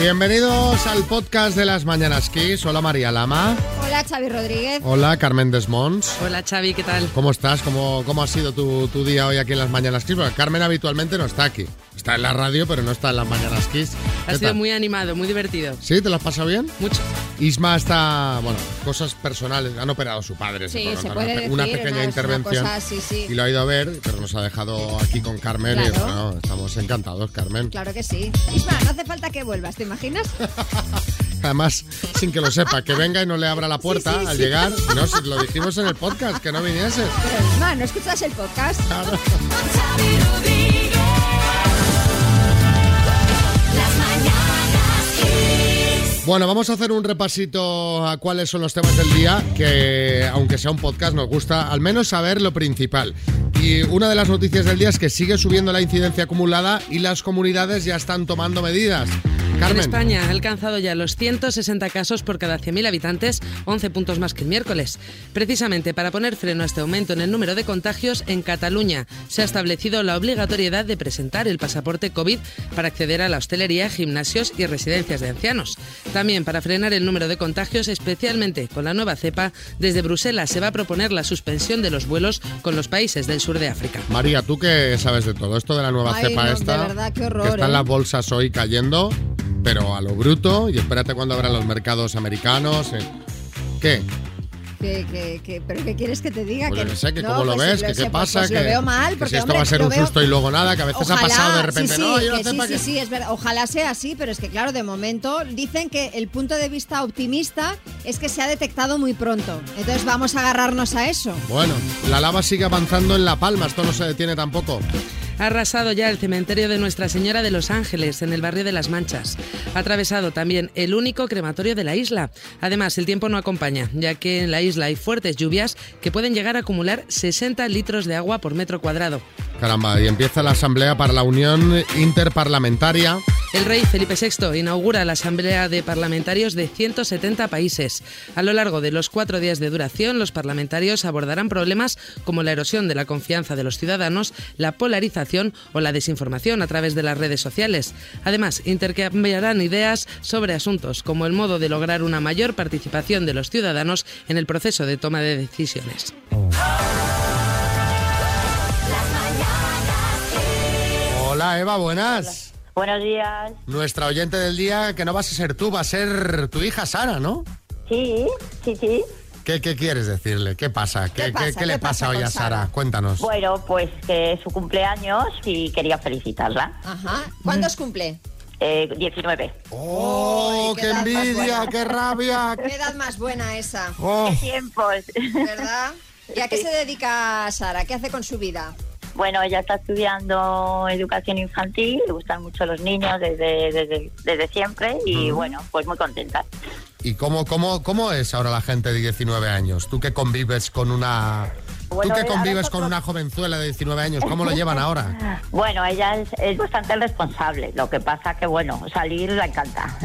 Bienvenidos al podcast de las Mañanas Kiss. Hola María Lama. Hola Xavi Rodríguez. Hola Carmen Desmonts. Hola Xavi, ¿qué tal? ¿Cómo estás? ¿Cómo, cómo ha sido tu, tu día hoy aquí en las Mañanas Kiss? Porque Carmen habitualmente no está aquí. Está en la radio, pero no está en las Mañanas Kiss. Ha ¿Qué sido tal? muy animado, muy divertido. ¿Sí? ¿Te lo has pasado bien? Mucho. Isma está, bueno, cosas personales. Han operado a su padre. Sí, puede se contar. puede Una pe- decir. Una pequeña una- es una intervención. cosa, sí, sí. Y lo ha ido a ver, pero nos ha dejado aquí con Carmen. Y Claro. bueno, estamos encantados, Carmen. Claro que sí. Isma, no hace falta que vuelvas, ¿te imaginas? Además, sin que lo sepa, que venga y no le abra la puerta Sí, sí, al sí. llegar. No, si lo dijimos en el podcast, que no viniese. Pero Isma, ¿no escuchas el podcast? Claro. Bueno, vamos a hacer un repasito a cuáles son los temas del día, que aunque sea un podcast nos gusta al menos saber lo principal. Y una de las noticias del día es que sigue subiendo la incidencia acumulada y las comunidades ya están tomando medidas. En Carmen, España ha alcanzado ya los 160 casos por cada 100.000 habitantes, 11 puntos más que el miércoles. Precisamente para poner freno a este aumento en el número de contagios, en Cataluña se ha establecido la obligatoriedad de presentar el pasaporte COVID para acceder a la hostelería, gimnasios y residencias de ancianos. También para frenar el número de contagios, especialmente con la nueva cepa, desde Bruselas se va a proponer la suspensión de los vuelos con los países del sur de África. María, tú que sabes de todo esto de la nueva Ay, cepa no, de esta, verdad, qué horror, que están ¿eh? las bolsas hoy cayendo, pero a lo bruto, y espérate cuando abran los mercados americanos. eh. ¿Qué? Que- que- que- ¿Pero qué quieres que te diga? Pues yo que qué sé, que no, cómo lo ves, pues lo que sé, qué pues- pasa, pues que, lo veo mal, que porque si esto hombre, va a ser lo un veo- susto y luego nada, que a veces ha Ojalá, pasado de sí, repente, sí, no, yo no que sé sí, para sí, qué- sí, es verdad. Ojalá sea así, pero es que claro, de momento dicen que el punto de vista optimista es que se ha detectado muy pronto. Entonces vamos a agarrarnos a eso. Bueno, la lava sigue avanzando en La Palma, esto no se detiene tampoco. ha arrasado ya el cementerio de Nuestra Señora de los Ángeles, en el barrio de Las Manchas. Ha atravesado también el único crematorio de la isla. Además, el tiempo no acompaña, ya que en la isla hay fuertes lluvias que pueden llegar a acumular 60 litros de agua por metro cuadrado. Caramba, y empieza la asamblea para la Unión Interparlamentaria. El rey Felipe VI inaugura la Asamblea de Parlamentarios de 170 países. A lo largo de los cuatro días de duración, los parlamentarios abordarán problemas como la erosión de la confianza de los ciudadanos, la polarización o la desinformación a través de las redes sociales. Además, intercambiarán ideas sobre asuntos como el modo de lograr una mayor participación de los ciudadanos en el proceso de toma de decisiones. Hola Eva, buenas. Buenos días. Nuestra oyente del día, que no vas a ser tú, va a ser tu hija Sara, ¿no? Sí, sí, sí. ¿Qué, qué quieres decirle? ¿Qué pasa? ¿Qué, ¿Qué pasa? qué le ¿Qué pasa pasa hoy con a Sara? Sara? Cuéntanos. Bueno, pues que es su cumpleaños y quería felicitarla. Ajá. ¿Cuántos cumple? Eh, 19. ¡Oh, Uy, qué qué datos, envidia, bueno. qué rabia! ¿Qué edad más buena esa? Oh. Tiempos. ¿Verdad? ¿Y a qué se dedica Sara? ¿Qué hace con su vida? Bueno, ella está estudiando educación infantil, le gustan mucho los niños desde, desde, desde siempre y bueno, pues muy contenta. ¿Y cómo, cómo, cómo es ahora la gente de 19 años? Tú que convives con una... Bueno, Tú que ahora convives con nosotros- una jovenzuela de 19 años, ¿cómo lo llevan ahora? Bueno, ella es, es bastante responsable, lo que pasa que bueno, salir la encanta.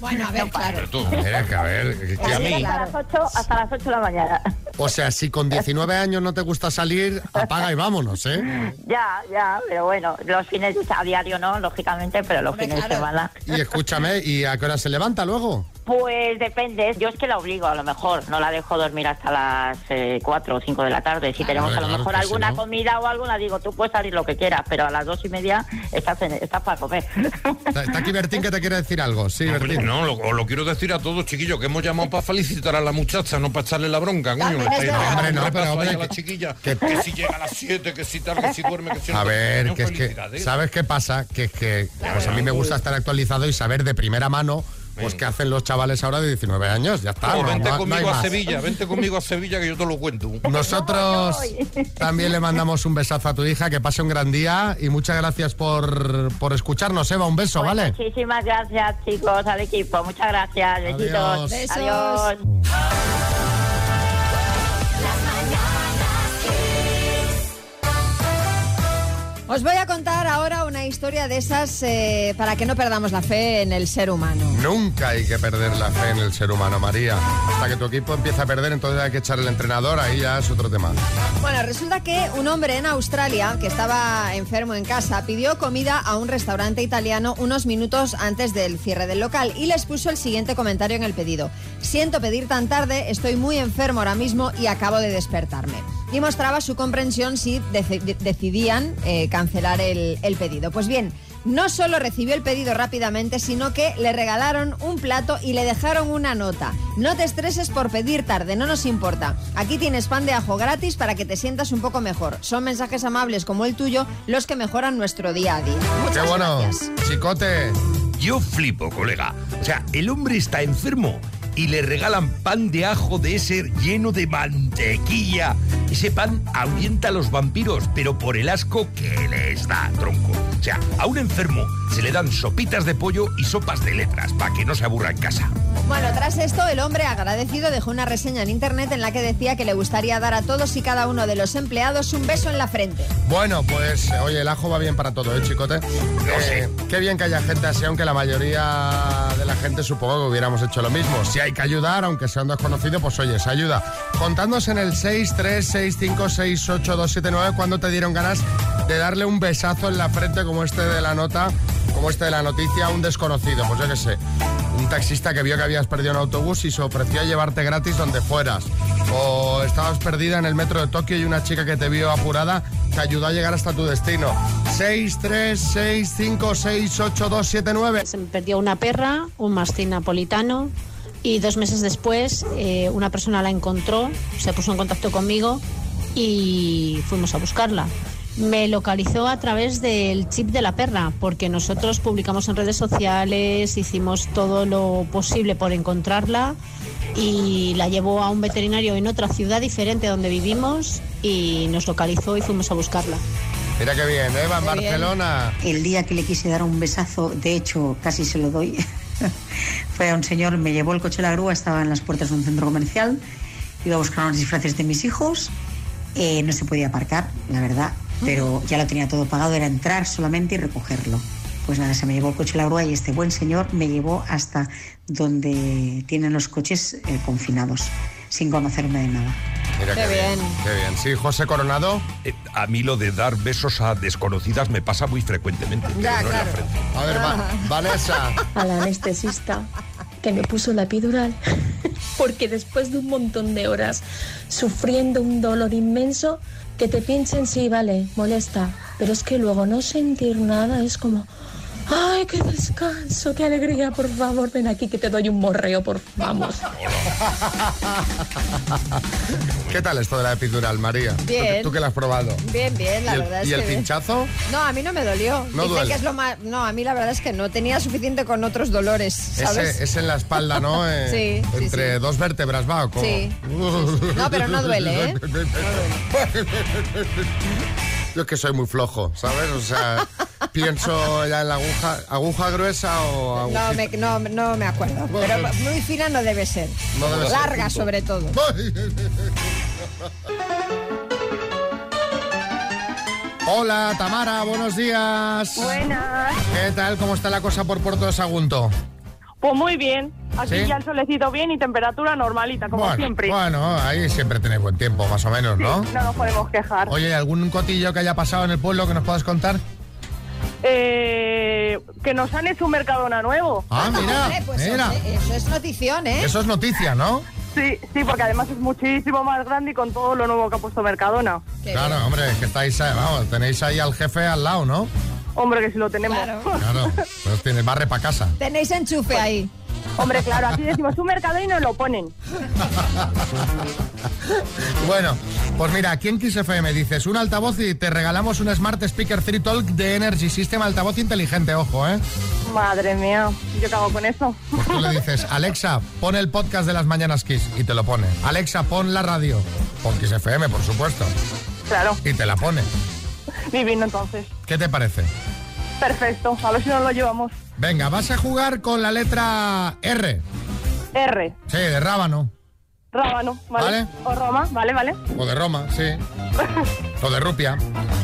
Bueno, a ver, claro. Tú, mira, que a ver, que- que a Salir mí- hasta, las 8, hasta las 8 de la mañana. O sea, si con 19 años no te gusta salir, apaga y vámonos, ¿eh? ya, ya, pero bueno, los fines de a diario no, lógicamente, pero los Hombre, fines de claro. semana. Y escúchame, ¿y a qué hora se levanta luego? Pues depende, yo es que la obligo a lo mejor, no la dejo dormir hasta las 4 o 5 de la tarde. Si tenemos Hombre, a claro lo mejor que sí, alguna ¿no? comida o alguna, digo, tú puedes salir lo que quieras, pero a las 2 y media estás, en- estás para comer. Pues Está está aquí Bertín que te quiere decir algo. Sí, Hombre, Bertín. no, lo, os lo quiero decir a todos, chiquillos, que hemos llamado para felicitar a la muchacha, no para echarle la bronca, También coño. es Le- le- verdad. le- le- Hombre, no, le- pero, le- hombre, a la que- chiquilla, que- que, si llega a las 7, que si tal, que si duerme, que si no. A ver, Coño, que es que, felicidades. ¿sabes qué pasa? Que es que pues a mí me gusta estar actualizado y saber de primera mano pues qué hacen los chavales ahora de 19 años. Ya está, O no, vente no- no conmigo hay a más. Sevilla, vente conmigo a Sevilla que yo te lo cuento. Nosotros también le mandamos un besazo a tu hija, que pase un gran día y muchas gracias por, por escucharnos, Eva. Un beso, Pues ¿vale? Muchísimas gracias, chicos, al equipo. Muchas gracias. Besitos. Adiós. Besos. Adiós. Os voy a contar ahora una una historia de esas eh, para que no perdamos la fe en el ser humano. Nunca hay que perder la fe en el ser humano, María. Hasta que tu equipo empiece a perder, entonces hay que echar el entrenador, ahí ya es otro tema. Bueno, resulta que un hombre en Australia que estaba enfermo en casa pidió comida a un restaurante italiano unos minutos antes del cierre del local y les puso el siguiente comentario en el pedido. Siento pedir tan tarde, estoy muy enfermo ahora mismo y acabo de despertarme. Y mostraba su comprensión si deci- de- decidían eh, cancelar el, el pedido. Pues bien, no solo recibió el pedido rápidamente, sino que le regalaron un plato y le dejaron una nota. No te estreses por pedir tarde, no nos importa. Aquí tienes pan de ajo gratis para que te sientas un poco mejor. Son mensajes amables como el tuyo los que mejoran nuestro día a día. ¡Qué Muchas bueno! gracias. ¡Chicote! Yo flipo, colega. O sea, el hombre está enfermo y le regalan pan de ajo de ese lleno de mantequilla. Ese pan ahuyenta a los vampiros, pero por el asco que les da, tronco. O sea, a un enfermo se le dan sopitas de pollo y sopas de letras para que no se aburra en casa. Bueno, tras esto, el hombre agradecido dejó una reseña en internet en la que decía que le gustaría dar a todos y cada uno de los empleados un beso en la frente. Bueno, pues eh, oye, el ajo va bien para todo, ¿eh, chicote? Eh, Qué bien que haya gente así, aunque la mayoría de la gente supongo que hubiéramos hecho lo mismo. Si hay que ayudar, aunque sea un desconocido, pues oye, se ayuda. Contándonos en el 636568279 cuando te dieron ganas de darle un besazo en la frente como este de la nota, como este de la noticia a un desconocido, pues yo qué sé. Un taxista que vio que habías perdido un autobús y se ofreció a llevarte gratis donde fueras. O estabas perdida en el metro de Tokio y una chica que te vio apurada te ayudó a llegar hasta tu destino. 636568279. Se me perdió una perra, un mastín napolitano y dos meses después eh, una persona la encontró, se puso en contacto conmigo y fuimos a buscarla. Me localizó a través del chip de la perra, porque nosotros publicamos en redes sociales, hicimos todo lo posible por encontrarla y la llevó a un veterinario en otra ciudad diferente donde vivimos y nos localizó y fuimos a buscarla. Mira qué bien, Eva, en Qué bien. Barcelona. El día que le quise dar un besazo, de hecho casi se lo doy, fue a un señor, me llevó el coche a la grúa, estaba en las puertas de un centro comercial, iba a buscar unos disfraces de mis hijos, eh, no se podía aparcar, la verdad, pero ya lo tenía todo pagado, era entrar solamente y recogerlo. Pues nada, se me llevó el coche a la grúa y este buen señor me llevó hasta donde tienen los coches eh, confinados, sin conocerme de nada. Mira Qué qué bien. bien. Qué bien. Sí, José Coronado. Eh, a mí lo de dar besos a desconocidas me pasa muy frecuentemente. pero no Ya, en la claro. frente. A ver, Va- Ah. Vanessa. a la anestesista que me puso la epidural, porque después de un montón de horas sufriendo un dolor inmenso, que te piensen, sí, vale, molesta, pero es que luego no sentir nada es como, ay, qué descanso, qué alegría, por favor, ven aquí que te doy un morreo, por vamos. ¿Qué tal esto de la epidural, María? ¿Tú que- Bien. ¿Tú, que la has probado? Bien, bien, la ¿Y el, verdad es y el que bien. pinchazo? No, a mí no me dolió. No Dicen duele. que es lo más. No, a mí la verdad es que no. Tenía suficiente con otros dolores, ¿sabes? Ese, es en la espalda, ¿no? Eh, Sí, sí, Entre sí. dos vértebras, va, ¿o cómo? Sí, No, pero no duele, ¿eh? No Yo es que soy muy flojo, ¿sabes? O sea, pienso ya en la aguja, aguja gruesa o agujita. No me, no, no me acuerdo. Pero Bueno. muy fina no debe ser. No debe ser, Larga, punto. sobre todo. Hola, Tamara, buenos días. Pues- Buenas. ¿Qué tal? ¿Cómo está la cosa por Puerto de Sagunto? Pues muy bien. Aquí ¿Sí? ya el solecito bien y temperatura normalita, como bueno, siempre. bueno, ahí siempre tenéis buen tiempo, más o menos, ¿no? No nos podemos quejar. Oye, ¿algún cotillo que haya pasado en el pueblo que nos puedas contar? Eh, que nos han hecho un Mercadona nuevo. Ah, mira, Hombre, pues, mira. hombre, eso es notición, ¿eh? Eso es noticia, ¿no? Sí, sí, porque además es muchísimo más grande y con todo lo nuevo que ha puesto Mercadona. Que- Claro, hombre, es que estáis, ahí, vamos, tenéis ahí al jefe al lado, ¿no? Hombre, que si lo tenemos. Claro. Claro, pues tiene barre para casa. Tenéis enchufe ahí. Hombre, claro, aquí decimos un Mercadona y nos lo ponen. Bueno, pues mira, aquí en Kiss FM dices un altavoz y te regalamos un Smart Speaker 3 Talk de Energy System, altavoz inteligente, ojo, ¿eh? Madre mía, yo cago con eso. Pues tú le dices, Alexa, pon el podcast de las mañanas Kiss y te lo pone. Alexa, pon la radio. Pon Kiss FM, por supuesto. Claro, Y te la pone. divino entonces. ¿Qué te parece? Perfecto, a ver si nos lo llevamos. Venga, vas a jugar con la letra R. R. Sí, de rábano. Rábano, ¿vale? O Roma, ¿vale? ¿Vale? O de Roma, sí. O de Rupia.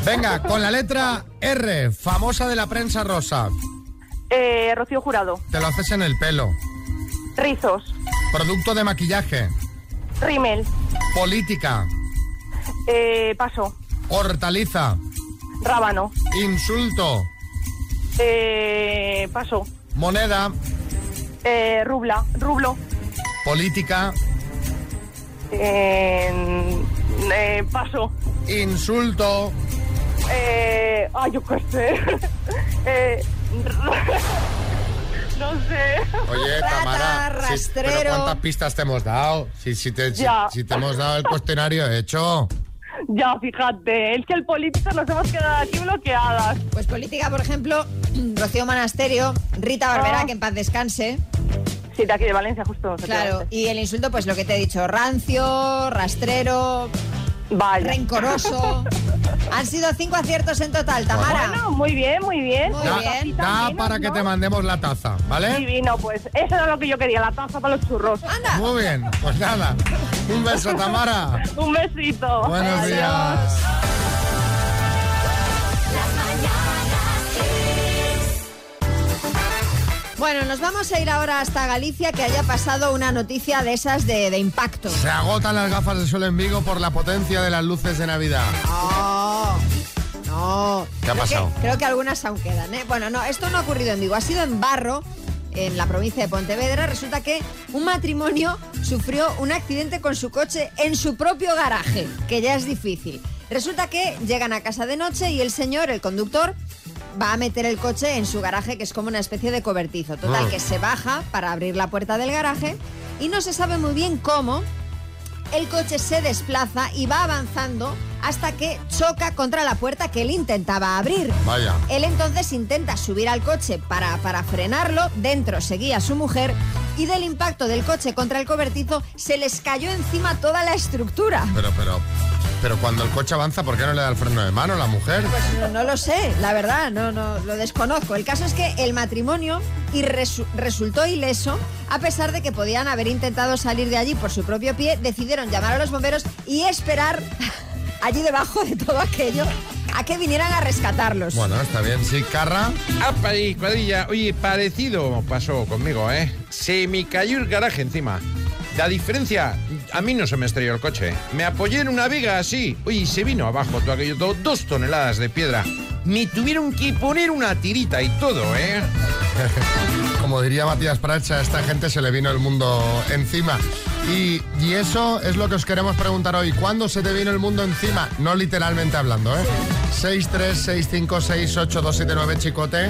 Venga, con la letra R, famosa de la prensa rosa. Eh, Rocío Jurado. Te lo haces en el pelo. Rizos. Producto de maquillaje. Rimmel. Política. Eh, paso. Hortaliza. Rábano. Insulto. Eh, paso. Moneda. Eh, rubla. Rublo. Política. Eh, eh, paso. Insulto. Eh, ay, yo qué sé. Eh, no sé. Oye, Tamara, sí, pero ¿cuántas pistas te hemos dado? Si, si, te, si, Ya. si te hemos dado el cuestionario hecho. Ya, fíjate, es que el político nos hemos quedado aquí bloqueadas. Pues política, por ejemplo, Rocío Monasterio, Rita Barberá, que en paz descanse. Sí, de aquí de Valencia, justo. Claro, y el insulto, pues lo que te he dicho, rancio, rastrero, rencoroso. Han sido cinco aciertos en total, Tamara. Bueno, muy bien, muy bien. Muy Da, bien. da para que te mandemos la taza, ¿vale? Divino, pues eso era lo que yo quería, la taza para los churros. Muy bien, pues nada. Un beso, Tamara. Un besito. Buenos días. Bueno, nos vamos a ir ahora hasta Galicia, que haya pasado una noticia de esas de, de impacto. Se agotan las gafas de sol en Vigo por la potencia de las luces de Navidad. No, no. ¿Qué ha Creo que- pasado? creo que algunas aún quedan, ¿eh? Bueno, no, esto no ha ocurrido en Vigo, ha sido en Barro, en la provincia de Pontevedra. Resulta que un matrimonio sufrió un accidente con su coche en su propio garaje, que ya es difícil. Resulta que llegan a casa de noche y el señor, el conductor, va a meter el coche en su garaje, que es como una especie de cobertizo. Total, Mm. que se baja para abrir la puerta del garaje y no se sabe muy bien cómo, el coche se desplaza y va avanzando hasta que choca contra la puerta que él intentaba abrir. Vaya. Él entonces intenta subir al coche para, para frenarlo, dentro seguía su mujer y del impacto del coche contra el cobertizo se les cayó encima toda la estructura. Pero, pero, pero cuando el coche avanza, ¿por qué no le da el freno de mano la mujer? No, no lo sé, la verdad, no, no, lo desconozco. El caso es que el matrimonio y resu- resultó ileso, a pesar de que podían haber intentado salir de allí por su propio pie, decidieron llamar a los bomberos y esperar allí debajo de todo aquello a que vinieran a rescatarlos. Bueno, está bien, sí, Carra. ¡Apa ahí, cuadrilla! Oye, parecido pasó conmigo, ¿eh? Se me cayó el garaje encima. La diferencia, a mí no se me estrelló el coche. Me apoyé en una viga así. Oye, y se vino abajo todo aquello, todo, dos toneladas de piedra. Me tuvieron que poner una tirita y todo, ¿eh? Como diría Matías Pracha, a esta gente se le vino el mundo encima. Y, y eso es lo que os queremos preguntar hoy. ¿Cuándo se te vino el mundo encima? No literalmente hablando, ¿eh? 636568279, chicote.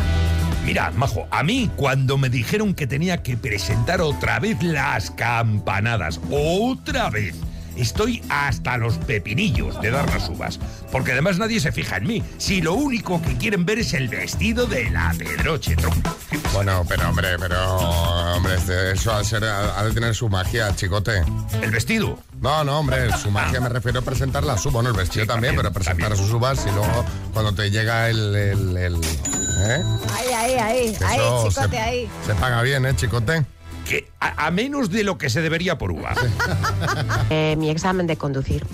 Mira, Majo, a mí cuando me dijeron que tenía que presentar otra vez las campanadas, otra vez, estoy hasta los pepinillos de dar las uvas, porque además nadie se fija en mí, si lo único que quieren ver es el vestido de la Pedroche. tronco. Bueno, pero hombre, pero hombre, este- eso ha de, ser- ha de tener su magia, chicote. ¿El vestido? No, no, hombre, su magia me refiero a presentar las uvas. Bueno, el vestido también, pero presentar sus uvas y luego cuando te llega el... el- el- ¿eh? Ahí, ahí, ahí, Eso ahí, se- chicote, ahí. Se paga bien, ¿eh, chicote? Que a, a menos de lo que se debería por uvas. Eh, mi examen de conducir.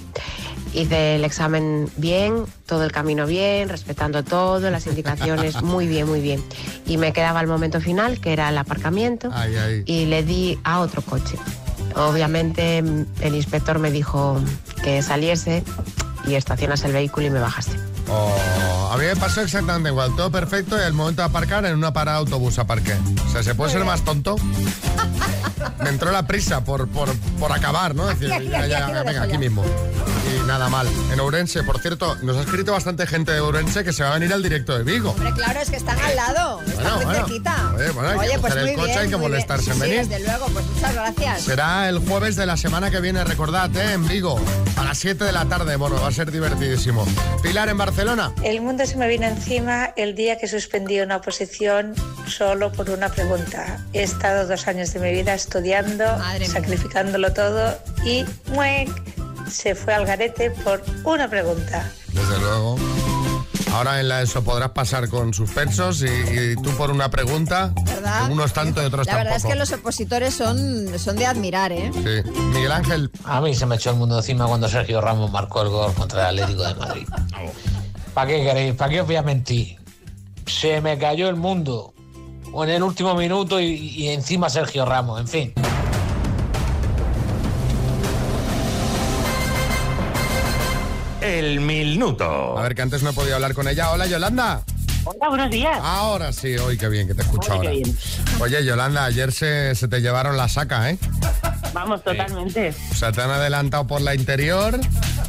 Hice el examen bien, todo el camino bien, respetando todo, las indicaciones muy bien, muy bien. Y me quedaba el momento final, que era el aparcamiento, Ah, y le di a otro coche. Obviamente mm, el inspector me dijo que saliese y estacionas el vehículo y me bajaste. Oh, a mí me pasó exactamente igual, todo perfecto y al momento de aparcar en una parada de autobús aparqué. O sea, ¿se puede ser más tonto? Me entró la prisa por, por, por acabar, ¿no? Es decir, Aquí, aquí, ya, ya, aquí, aquí lo venga, dejo aquí ya. mismo. Y nada mal. En Ourense, por cierto, nos ha escrito bastante gente de Ourense que se va a venir al directo de Vigo. Hombre, claro, es que están al lado, están Bueno, muy bueno. cerquita. pues Oye, bueno, hay que coger el coche, hay que muy bien. molestarse en Sí, venir. desde luego, pues muchas gracias. Será el jueves de la semana que viene, recordad, ¿eh? en Vigo, a las 7 de la tarde. Bueno, va a ser divertidísimo. Pilar en Barcelona. El mundo se me vino encima el día que suspendí una oposición solo por una pregunta. He estado dos años de mi vida estudiando, sacrificándolo todo y ¡muec! se fue al garete por una pregunta. Desde luego. Ahora en la ESO podrás pasar con suspensos y, y tú por una pregunta, ¿Verdad? unos tanto y otros La verdad tampoco. es que los opositores son, son de admirar, ¿eh? Sí. Miguel Ángel. A mí se me echó el mundo encima cuando Sergio Ramos marcó el gol contra el Atlético de Madrid. ¿Para qué queréis? ¿Para qué os voy a mentir? Se me cayó el mundo. O en el último minuto y, y encima Sergio Ramos, en fin. El Oh. minuto. A ver, que antes no he podido hablar con ella. Hola, Yolanda. Hola, buenos días. Ahora sí, hoy qué bien que te escucho Oye, Ah, pues ahora. qué Oye, Yolanda, ayer se, se te llevaron la saca, ¿eh? Vamos, totalmente. O sea, te han adelantado por la interior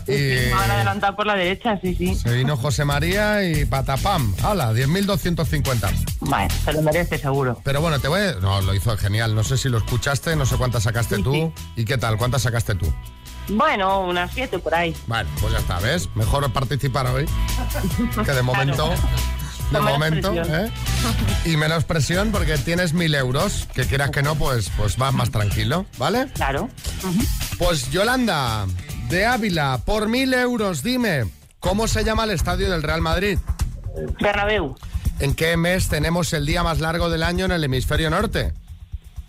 y... Me han adelantado por la derecha, sí, sí. Se vino José María y patapam. ¡Hala! 10.250. Vale, se lo merece seguro. Pero bueno, te voy a... No, lo hizo genial. No sé si lo escuchaste, no sé cuántas sacaste tú. ¿Y qué tal? ¿Cuántas sacaste tú? Bueno, unas siete por ahí. Vale, pues ya está, ¿ves? Mejor participar hoy. Que de momento... De Con menos momento, presión. ¿eh? Y menos presión porque tienes mil euros, que quieras que no, pues, pues vas más tranquilo, ¿vale? Claro. Pues Yolanda, de Ávila, por mil euros, dime, ¿cómo se llama el estadio del Real Madrid? Bernabéu. ¿En qué mes tenemos el día más largo del año en el hemisferio norte?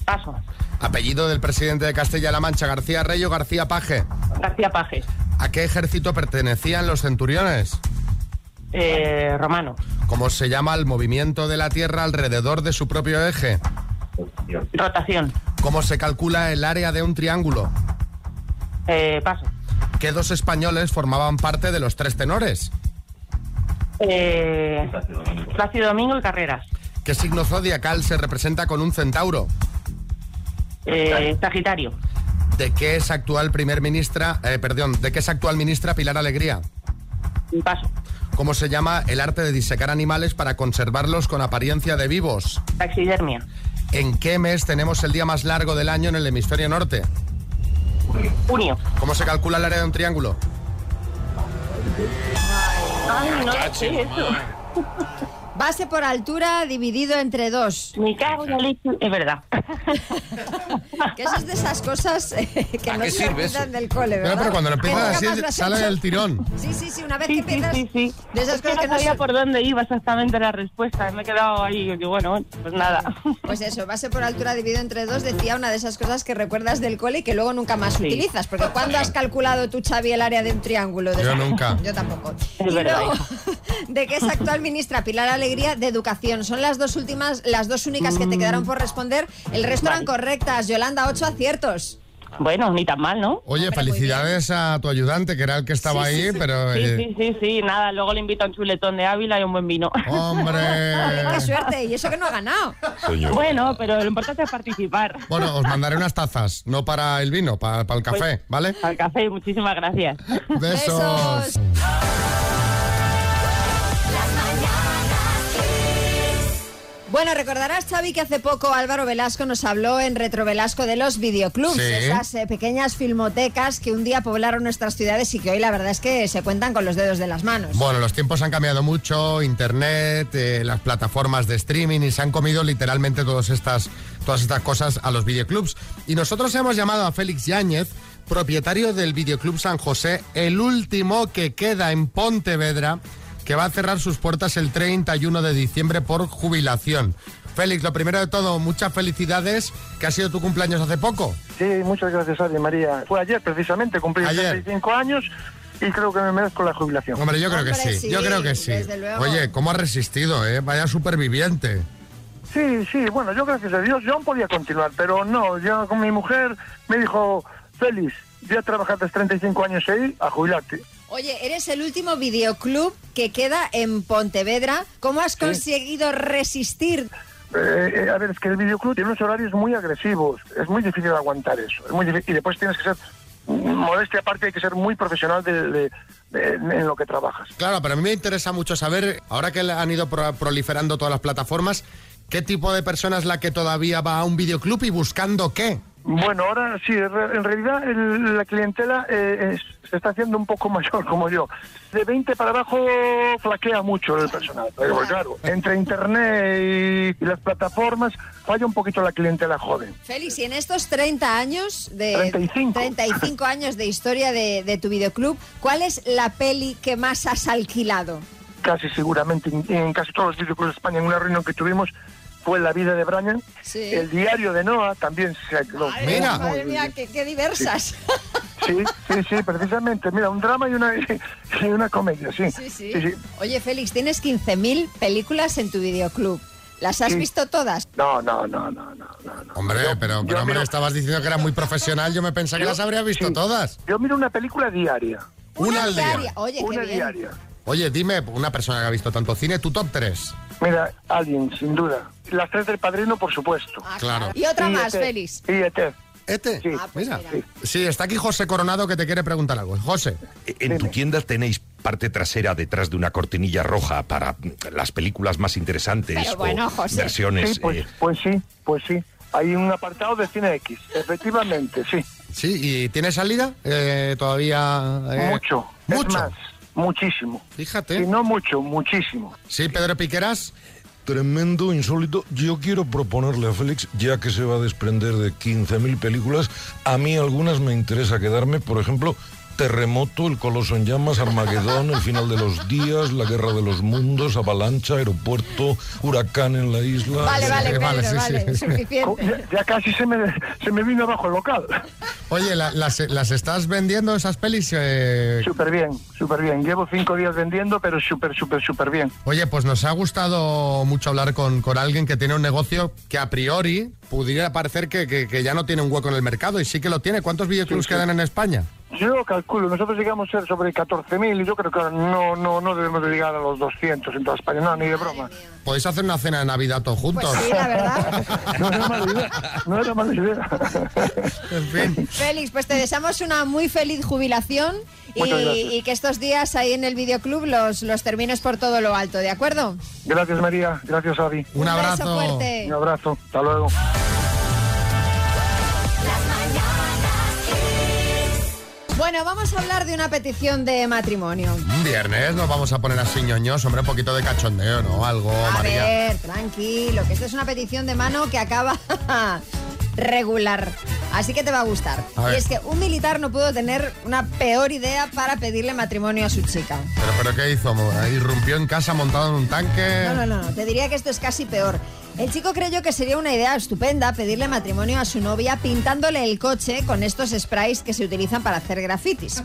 Paso. Apellido del presidente de Castilla-La Mancha, García Rey o García Paje. García Paje. ¿A qué ejército pertenecían los centuriones? Eh, romano. ¿Cómo se llama el movimiento de la Tierra alrededor de su propio eje? Rotación. ¿Cómo se calcula el área de un triángulo? Eh, paso. ¿Qué dos españoles formaban parte de los tres tenores? Eh, Plácido Domingo y Carreras. ¿Qué signo zodiacal se representa con un centauro? Eh, Sagitario. ¿De qué es actual primer ministra, eh, perdón, de qué es actual ministra Pilar Alegría? Paso. ¿Cómo se llama el arte de disecar animales para conservarlos con apariencia de vivos? Taxidermia. ¿En qué mes tenemos el día más largo del año en el hemisferio norte? Junio. ¿Cómo se calcula el área de un triángulo? Ay, no lo sé eso. Base por altura dividido entre dos. Me cago en la leche. Es verdad. Que eso es de esas cosas eh, que ¿Para no qué se sirve olvidan eso? del cole, Pero, ¿verdad? pero cuando lo Que empiezas nunca así, más lo has sale hecho. del tirón. Sí, sí, sí, una vez que Sí, sí, empiezas... sí, sí. De esas Es que cosas no que no sabía se- por dónde iba exactamente la respuesta. Me he quedado ahí. Digo, bueno, bueno, pues nada. Pues eso, base por altura dividido entre dos, decía una de esas cosas que recuerdas del cole y que luego nunca más utilizas. Porque ¿cuándo has calculado tú, Xavi, el área de un triángulo? De Yo esa- nunca. Yo tampoco. Es verdad, luego- de que es actual ministra Pilar Alegría de Educación. Son las dos últimas, las dos únicas que te quedaron por responder. El resto eran correctas. Yolanda, ocho aciertos. Bueno, ni tan mal, ¿no? Oye, felicidades a tu ayudante, que era el que estaba ahí, pero... Sí, eh, sí, sí, sí, nada, luego le invito a un chuletón de Ávila y un buen vino. Hombre. Qué suerte. Y eso que no ha ganado. Coño. Bueno, pero lo importante es participar. Bueno, os mandaré unas tazas, no para el vino, para, para el Pues café, ¿vale? Al café, muchísimas gracias. Besos. Bueno, recordarás, Xavi, que hace poco Álvaro Velasco nos habló en Retro Velasco de los videoclubs, Sí. esas eh, pequeñas filmotecas que un día poblaron nuestras ciudades y que hoy la verdad es que se cuentan con los dedos de las manos. Bueno, los tiempos han cambiado mucho, internet, eh, las plataformas de streaming y se han comido literalmente todas estas, todas estas cosas a los videoclubs. Y nosotros hemos llamado a Félix Yáñez, propietario del videoclub San José, el último que queda en Pontevedra, que va a cerrar sus puertas el 31 de diciembre por jubilación. Félix, lo primero de todo, muchas felicidades, que ha sido tu cumpleaños hace poco. Sí, muchas gracias, Adi María. Fue ayer precisamente, cumplí Ayer. 35 años y creo que me merezco la jubilación. Hombre, yo creo que sí, yo creo que sí. Oye, ¿cómo has resistido, eh? Vaya superviviente. Sí, sí, bueno, yo gracias a Dios, yo aún podía continuar, pero no, yo con mi mujer me dijo, Félix, ya trabajaste 35 años ahí, a jubilarte. Oye, eres el último videoclub que queda en Pontevedra. ¿Cómo has conseguido resistir? Eh, eh, a ver, es que el videoclub tiene unos horarios muy agresivos, es muy difícil aguantar eso, es muy difícil, y después tienes que ser, modestia aparte, hay que ser muy profesional de- de- de- en lo que trabajas. Claro, pero a mí me interesa mucho saber, ahora que han ido pro- proliferando todas las plataformas, ¿qué tipo de persona es la que todavía va a un videoclub y buscando qué? Bueno, ahora sí, en re- en realidad el- la clientela eh, es- se está haciendo un poco mayor como yo. De 20 para abajo flaquea mucho el personal. pero claro, entre internet y, y las plataformas falla un poquito la clientela joven. Félix, y en estos 30 años de 35. 35 años de historia de, de tu videoclub, ¿cuál es la peli que más has alquilado? casi seguramente en, en casi todos los videoclubs de España en una reunión que tuvimos fue La vida de Brian. Sí. El diario de Noah también se lo- Madre, muy madre bien. mía, qué, qué diversas. Sí, sí, sí, precisamente. Mira, un drama y una, y una comedia, sí. Sí, sí. Oye, Félix, tienes 15.000 películas en tu videoclub. ¿Las has Sí. visto todas? No, no, no, no. Hombre, pero, pero hombre, estabas diciendo que era muy profesional. Yo me pensaba que Yo- las habría visto sí. todas. Yo miro una película diaria. Una al día. diaria. Oye, Una qué bien. diaria. Oye, dime, una persona que ha visto tanto cine, tu top 3. Mira, Alien, sin duda. Las tres del padrino, por supuesto. Ah. Ah, Claro. Y otra más, ET. Félix. Y ET. ¿Este? Sí. mira. Sí, está aquí José Coronado que te quiere preguntar algo. José. En tu tienda tenéis parte trasera detrás de una cortinilla roja para las películas más interesantes Pero o bueno, José. versiones. Sí, pues, eh, pues sí, pues sí. Hay un apartado de cine X, efectivamente, sí. Sí, ¿y tiene salida? Eh, todavía. eh, Mucho. Es Mucho. más, muchísimo. Fíjate. Y no mucho, muchísimo. Sí, Pedro Piqueras. Tremendo, insólito. Yo quiero proponerle a Félix, ya que se va a desprender de 15.000 películas, a mí algunas me interesa quedarme, por ejemplo, Terremoto, El Coloso en Llamas, Armagedón, El Final de los Días, La Guerra de los Mundos, Avalancha, Aeropuerto, Huracán en la isla. Vale, vale, Pedro, vale, Ya, ya casi se me, se me vino abajo el local. Oye, la- las, las estás vendiendo esas pelis? Eh, Súper bien, súper bien. Llevo cinco días vendiendo, pero súper, súper, súper bien. Oye, pues nos ha gustado mucho hablar con, con alguien que tiene un negocio que a priori pudiera parecer que, que- que ya no tiene un hueco en el mercado y sí que lo tiene. ¿Cuántos videoclubs Sí, sí. quedan en España? Yo calculo, nosotros llegamos a ser sobre 14.000 y yo creo que no, no, no debemos de llegar a los 200 en toda España, no, ni de broma. Podéis hacer una cena de Navidad todos Pues juntos. No era mala idea, no era mala idea. Félix, pues te deseamos una muy feliz jubilación y, Muchas gracias. y que estos días ahí en el videoclub los, los termines por todo lo alto, ¿de acuerdo? Gracias María, gracias Avi. Un Un abrazo abrazo. fuerte. Un abrazo, hasta luego. Bueno, vamos a hablar de una petición de matrimonio. Un viernes nos vamos a poner así ñoños, hombre, un poquito de cachondeo, ¿no? Algo, A María. ver, tranquilo, que esto es una petición de mano que acaba regular. Así que te va a gustar. A ver. y es que un militar no pudo tener una peor idea para pedirle matrimonio a su chica. Pero, pero ¿qué hizo? Irrumpió en casa montado en un tanque. No, no, no, no, te diría que esto es casi peor. El chico creyó que sería una idea estupenda pedirle matrimonio a su novia pintándole el coche con estos sprays que se utilizan para hacer grafitis.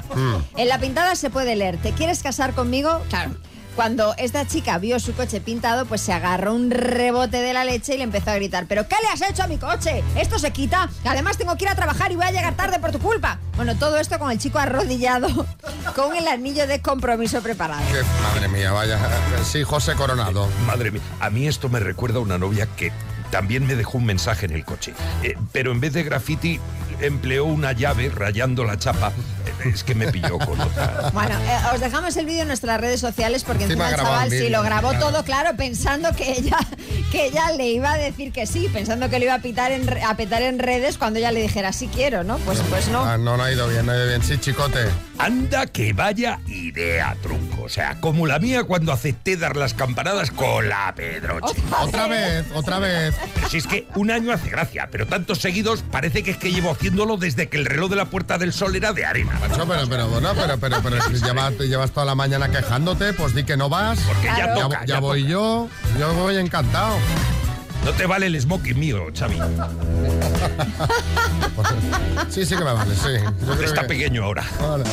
En la pintada se puede leer, ¿te quieres casar conmigo? Claro. Cuando esta chica vio su coche pintado, pues se agarró un rebote de la leche y le empezó a gritar, ¿pero qué le has hecho a mi coche? ¿Esto se quita? Además tengo que ir a trabajar y voy a llegar tarde por tu culpa. Bueno, todo esto con el chico arrodillado, con el anillo de compromiso preparado. Que- madre mía, vaya. Sí, José Coronado. Madre mía, a mí esto me recuerda a una novia que también me dejó un mensaje en el coche. Eh, pero en vez de graffiti, empleó una llave rayando la chapa. Eh, Es que me pilló con otra. Bueno, eh, os dejamos el vídeo en nuestras redes sociales porque Encima encima, el grabó chaval el sí vídeo, lo grabó claro. todo claro pensando que ella que ella le iba a decir que sí, pensando que le iba a pitar en re- a petar en redes cuando ella le dijera sí quiero, ¿no? Pues pues no. Ah, no, no ha ido bien, no ha ido bien. Sí, chicote. Anda que vaya idea, tronco. O sea, como la mía cuando acepté dar las campanadas con la Pedroche. Otra vez, otra vez. Pero si es que un año hace gracia, pero tantos seguidos parece que es que llevo haciéndolo desde que el reloj de la Puerta del Sol era de arena. Macho, pero, pero, bueno, pero, pero, pero, si llevas, llevas toda la mañana quejándote, pues di que no vas. Porque ya Claro. toca, ya voy yo, yo voy encantado. No te vale el smoking mío, Xavi. Sí, sí que me vale, sí. Yo creo Está que- pequeño ahora. Vale.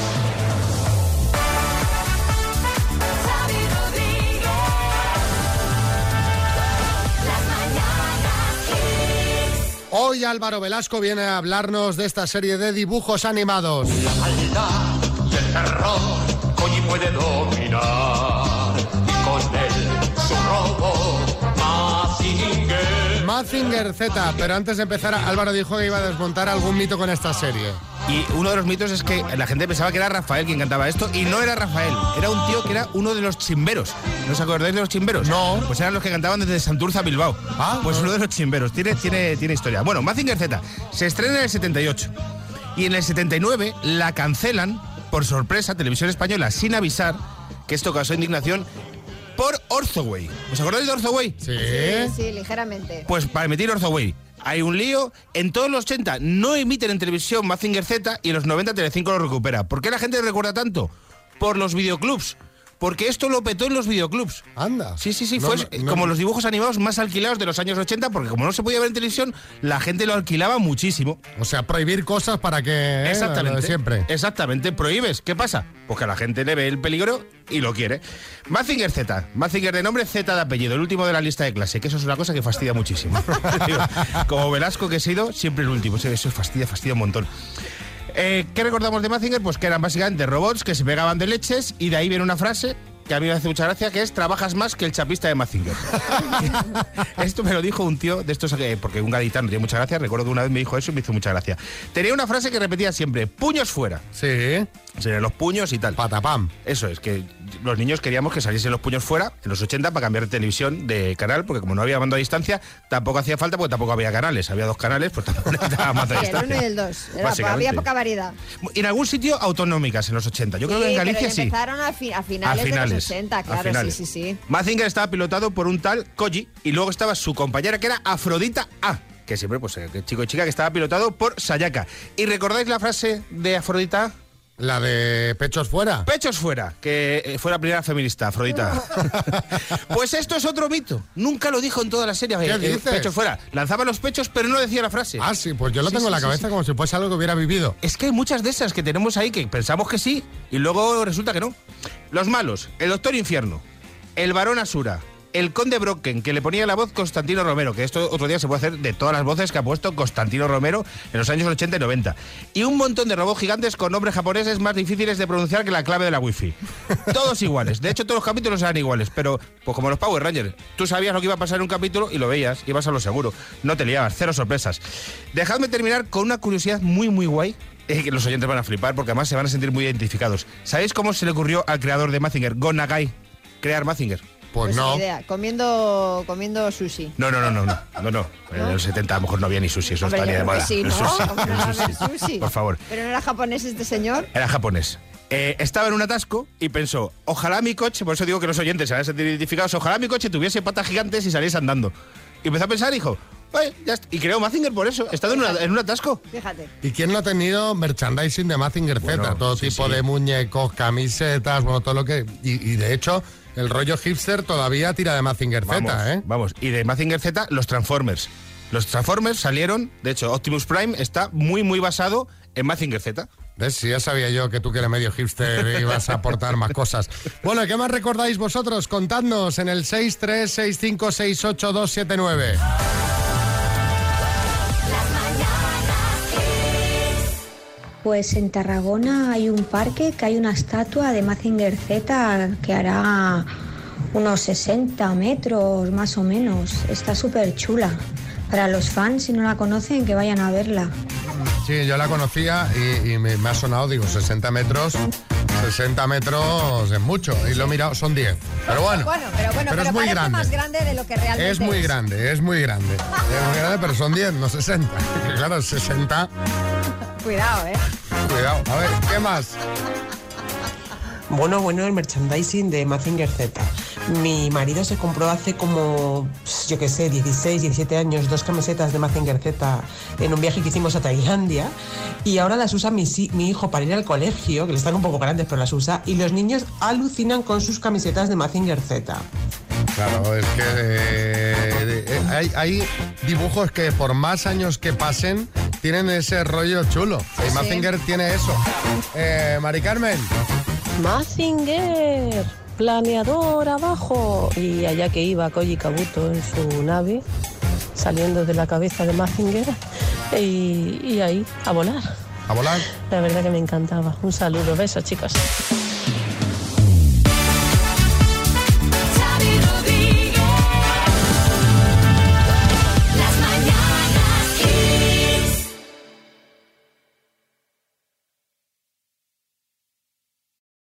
Hoy Álvaro Velasco viene a hablarnos de esta serie de dibujos animados. El terror Koji puede dominar y con él su robo Mazinger. Mazinger Z, pero antes de empezar, Álvaro dijo que iba a desmontar algún mito con esta serie. Y uno de los mitos es que la gente pensaba que era Rafael quien cantaba esto y no era Rafael, era un tío que era uno de los chimberos. ¿No os acordáis de los chimberos? No. Pues eran los que cantaban desde Santurce a Bilbao. Ah. Pues uno de los chimberos, tiene, tiene, tiene historia. Bueno, Mazinger Z, se estrena en el 78 y en el 79 la cancelan, por sorpresa, Televisión Española, sin avisar, que esto causó indignación, por Orzoway. ¿Os acordáis de Orzoway? Sí, sí, ligeramente. Pues para emitir Orzoway. Hay un lío. En todos los 80 no emiten en televisión Mazinger Z y en los 90 Telecinco lo recupera. ¿Por qué la gente recuerda tanto? Por los videoclubs. porque esto lo petó en los videoclubs. Anda. Sí, sí, sí, No fue me- eh, no como me- los dibujos animados más alquilados de los años 80, porque como no se podía ver en televisión, la gente lo alquilaba muchísimo. O sea, prohibir cosas para que... eh, lo Exactamente. de siempre. Exactamente, prohíbes. ¿Qué pasa? Pues que a la gente le ve el peligro y lo quiere. Mazinger Z. Mazinger de nombre, Z de apellido, el último de la lista de clase, que eso es una cosa que fastidia muchísimo. Digo, Como Velasco que he sido, siempre el último. Eso fastidia, fastidia un montón. Eh, ¿Qué recordamos de Mazinger? Pues que eran básicamente robots que se pegaban de leches y de ahí viene una frase que a mí me hace mucha gracia, que es trabajas más que el chapista de Mazinger. Esto me lo dijo un tío de estos, eh, porque un gaditano tiene mucha gracia, recuerdo que una vez me dijo eso y me hizo mucha gracia. Tenía una frase que repetía siempre, puños fuera. Sí. los puños y tal. Patapam. Eso es, que los niños queríamos que saliesen los puños fuera en los 80 para cambiar de televisión de canal, porque como no había mando a distancia, tampoco hacía falta porque tampoco había canales. Había dos canales, pues tampoco necesitaba mando a Sí, el distancia. uno y el dos. Era- Básicamente. había poca variedad. En algún sitio autonómicas en los 80. Yo creo que en pero Galicia ya sí. Empezaron a, fi- a finales, de finales, los 80, a claro, sí, finales. sí, sí. Mazinger estaba pilotado por un tal Koji y luego estaba su compañera que era Afrodita A, que siempre pues eh, que chico y chica que estaba pilotado por Sayaka. ¿Y recordáis la frase de Afrodita A? La de pechos fuera. Pechos fuera, que eh, fue la primera feminista, Afrodita. pues esto es otro mito. Nunca lo dijo en toda la serie. ¿Qué eh, eh, dices? Pechos fuera. Lanzaba los pechos, pero no decía la frase. Ah, sí, pues yo lo tengo en la cabeza como si fuese algo que hubiera vivido. Es que hay muchas de esas que tenemos ahí que pensamos que sí y luego resulta que no. Los malos, el Doctor Infierno, el Barón Asura, el Conde Brocken, que le ponía la voz Constantino Romero, que esto otro día se puede hacer de todas las voces que ha puesto Constantino Romero en los años 80 y 90. Y un montón de robots gigantes con nombres japoneses más difíciles de pronunciar que la clave de la wifi. Todos iguales. De hecho, todos los capítulos eran iguales, pero pues como los Power Rangers, tú sabías lo que iba a pasar en un capítulo y lo veías, ibas a lo seguro. No te liabas, cero sorpresas. Dejadme terminar con una curiosidad muy, muy guay eh, que los oyentes van a flipar porque además se van a sentir muy identificados. ¿Sabéis cómo se le ocurrió al creador de Mazinger, Gon Nagai, crear Mazinger? Pues ni idea. Comiendo, comiendo sushi. No, no, no, no, no, no, no. En los 70 a lo mejor no había ni sushi, eso Hombre, estaría yo de creo que moda. sí, El ¿no? sushi, ¿Cómo no el va a haber sushi. sushi? Por favor. Pero no era japonés este señor. Era japonés. Eh, estaba en un atasco y pensó, ojalá mi coche, por eso digo que los oyentes se van a sentir identificados, ojalá mi coche tuviese patas gigantes y saliese andando. Y empezó a pensar, hijo, ya está". y creó Mazinger por eso, estaba en, una- en un atasco. Fíjate. ¿Y quién no ha tenido merchandising de Mazinger Z? todo tipo de muñecos, camisetas, bueno, todo lo que... Y, y de hecho, el rollo hipster todavía tira de Mazinger Vamos, Z, ¿eh? Vamos, y de Mazinger Z, los Transformers. Los Transformers salieron, de hecho, Optimus Prime está muy, muy basado en Mazinger Z. ¿Ves? Si ya sabía yo que tú que eres medio hipster ibas a aportar más cosas. Bueno, ¿qué más recordáis vosotros? Contadnos en el 636568279. Pues en Tarragona hay un parque que hay una estatua de Mazinger Z que hará unos 60 metros más o menos. Está súper chula. Para los fans, si no la conocen, que vayan a verla. Sí, yo la conocía y, y me, me ha sonado, digo, 60 metros. 60 metros es mucho. Y lo he mirado, son 10. Pero bueno, pero bueno, pero pero es muy parece grande. más grande de lo que realmente Es muy grande, es muy grande. Es muy grande, pero son 10, no 60. Que Claro, 60. Cuidado, ¿eh? Cuidado. A ver, ¿qué más? Bueno, bueno, el merchandising de Mazinger Z. Mi marido se compró hace como, pues, yo qué sé, 16, 17 años, dos camisetas de Mazinger Z en un viaje que hicimos a Tailandia. Y ahora las usa mi, si- mi hijo para ir al colegio, que le están un poco grandes, pero las usa. Y los niños alucinan con sus camisetas de Mazinger Z. Claro, es que eh, eh, hay, hay dibujos que por más años que pasen tienen ese rollo chulo. Y Mazinger tiene eso. Eh, Mari Carmen. Mazinger, planeador abajo. Y allá que iba Koji Kabuto en su nave, saliendo de la cabeza de Mazinger, y, y ahí, a volar. A volar. La verdad que me encantaba. Un saludo, besos chicos.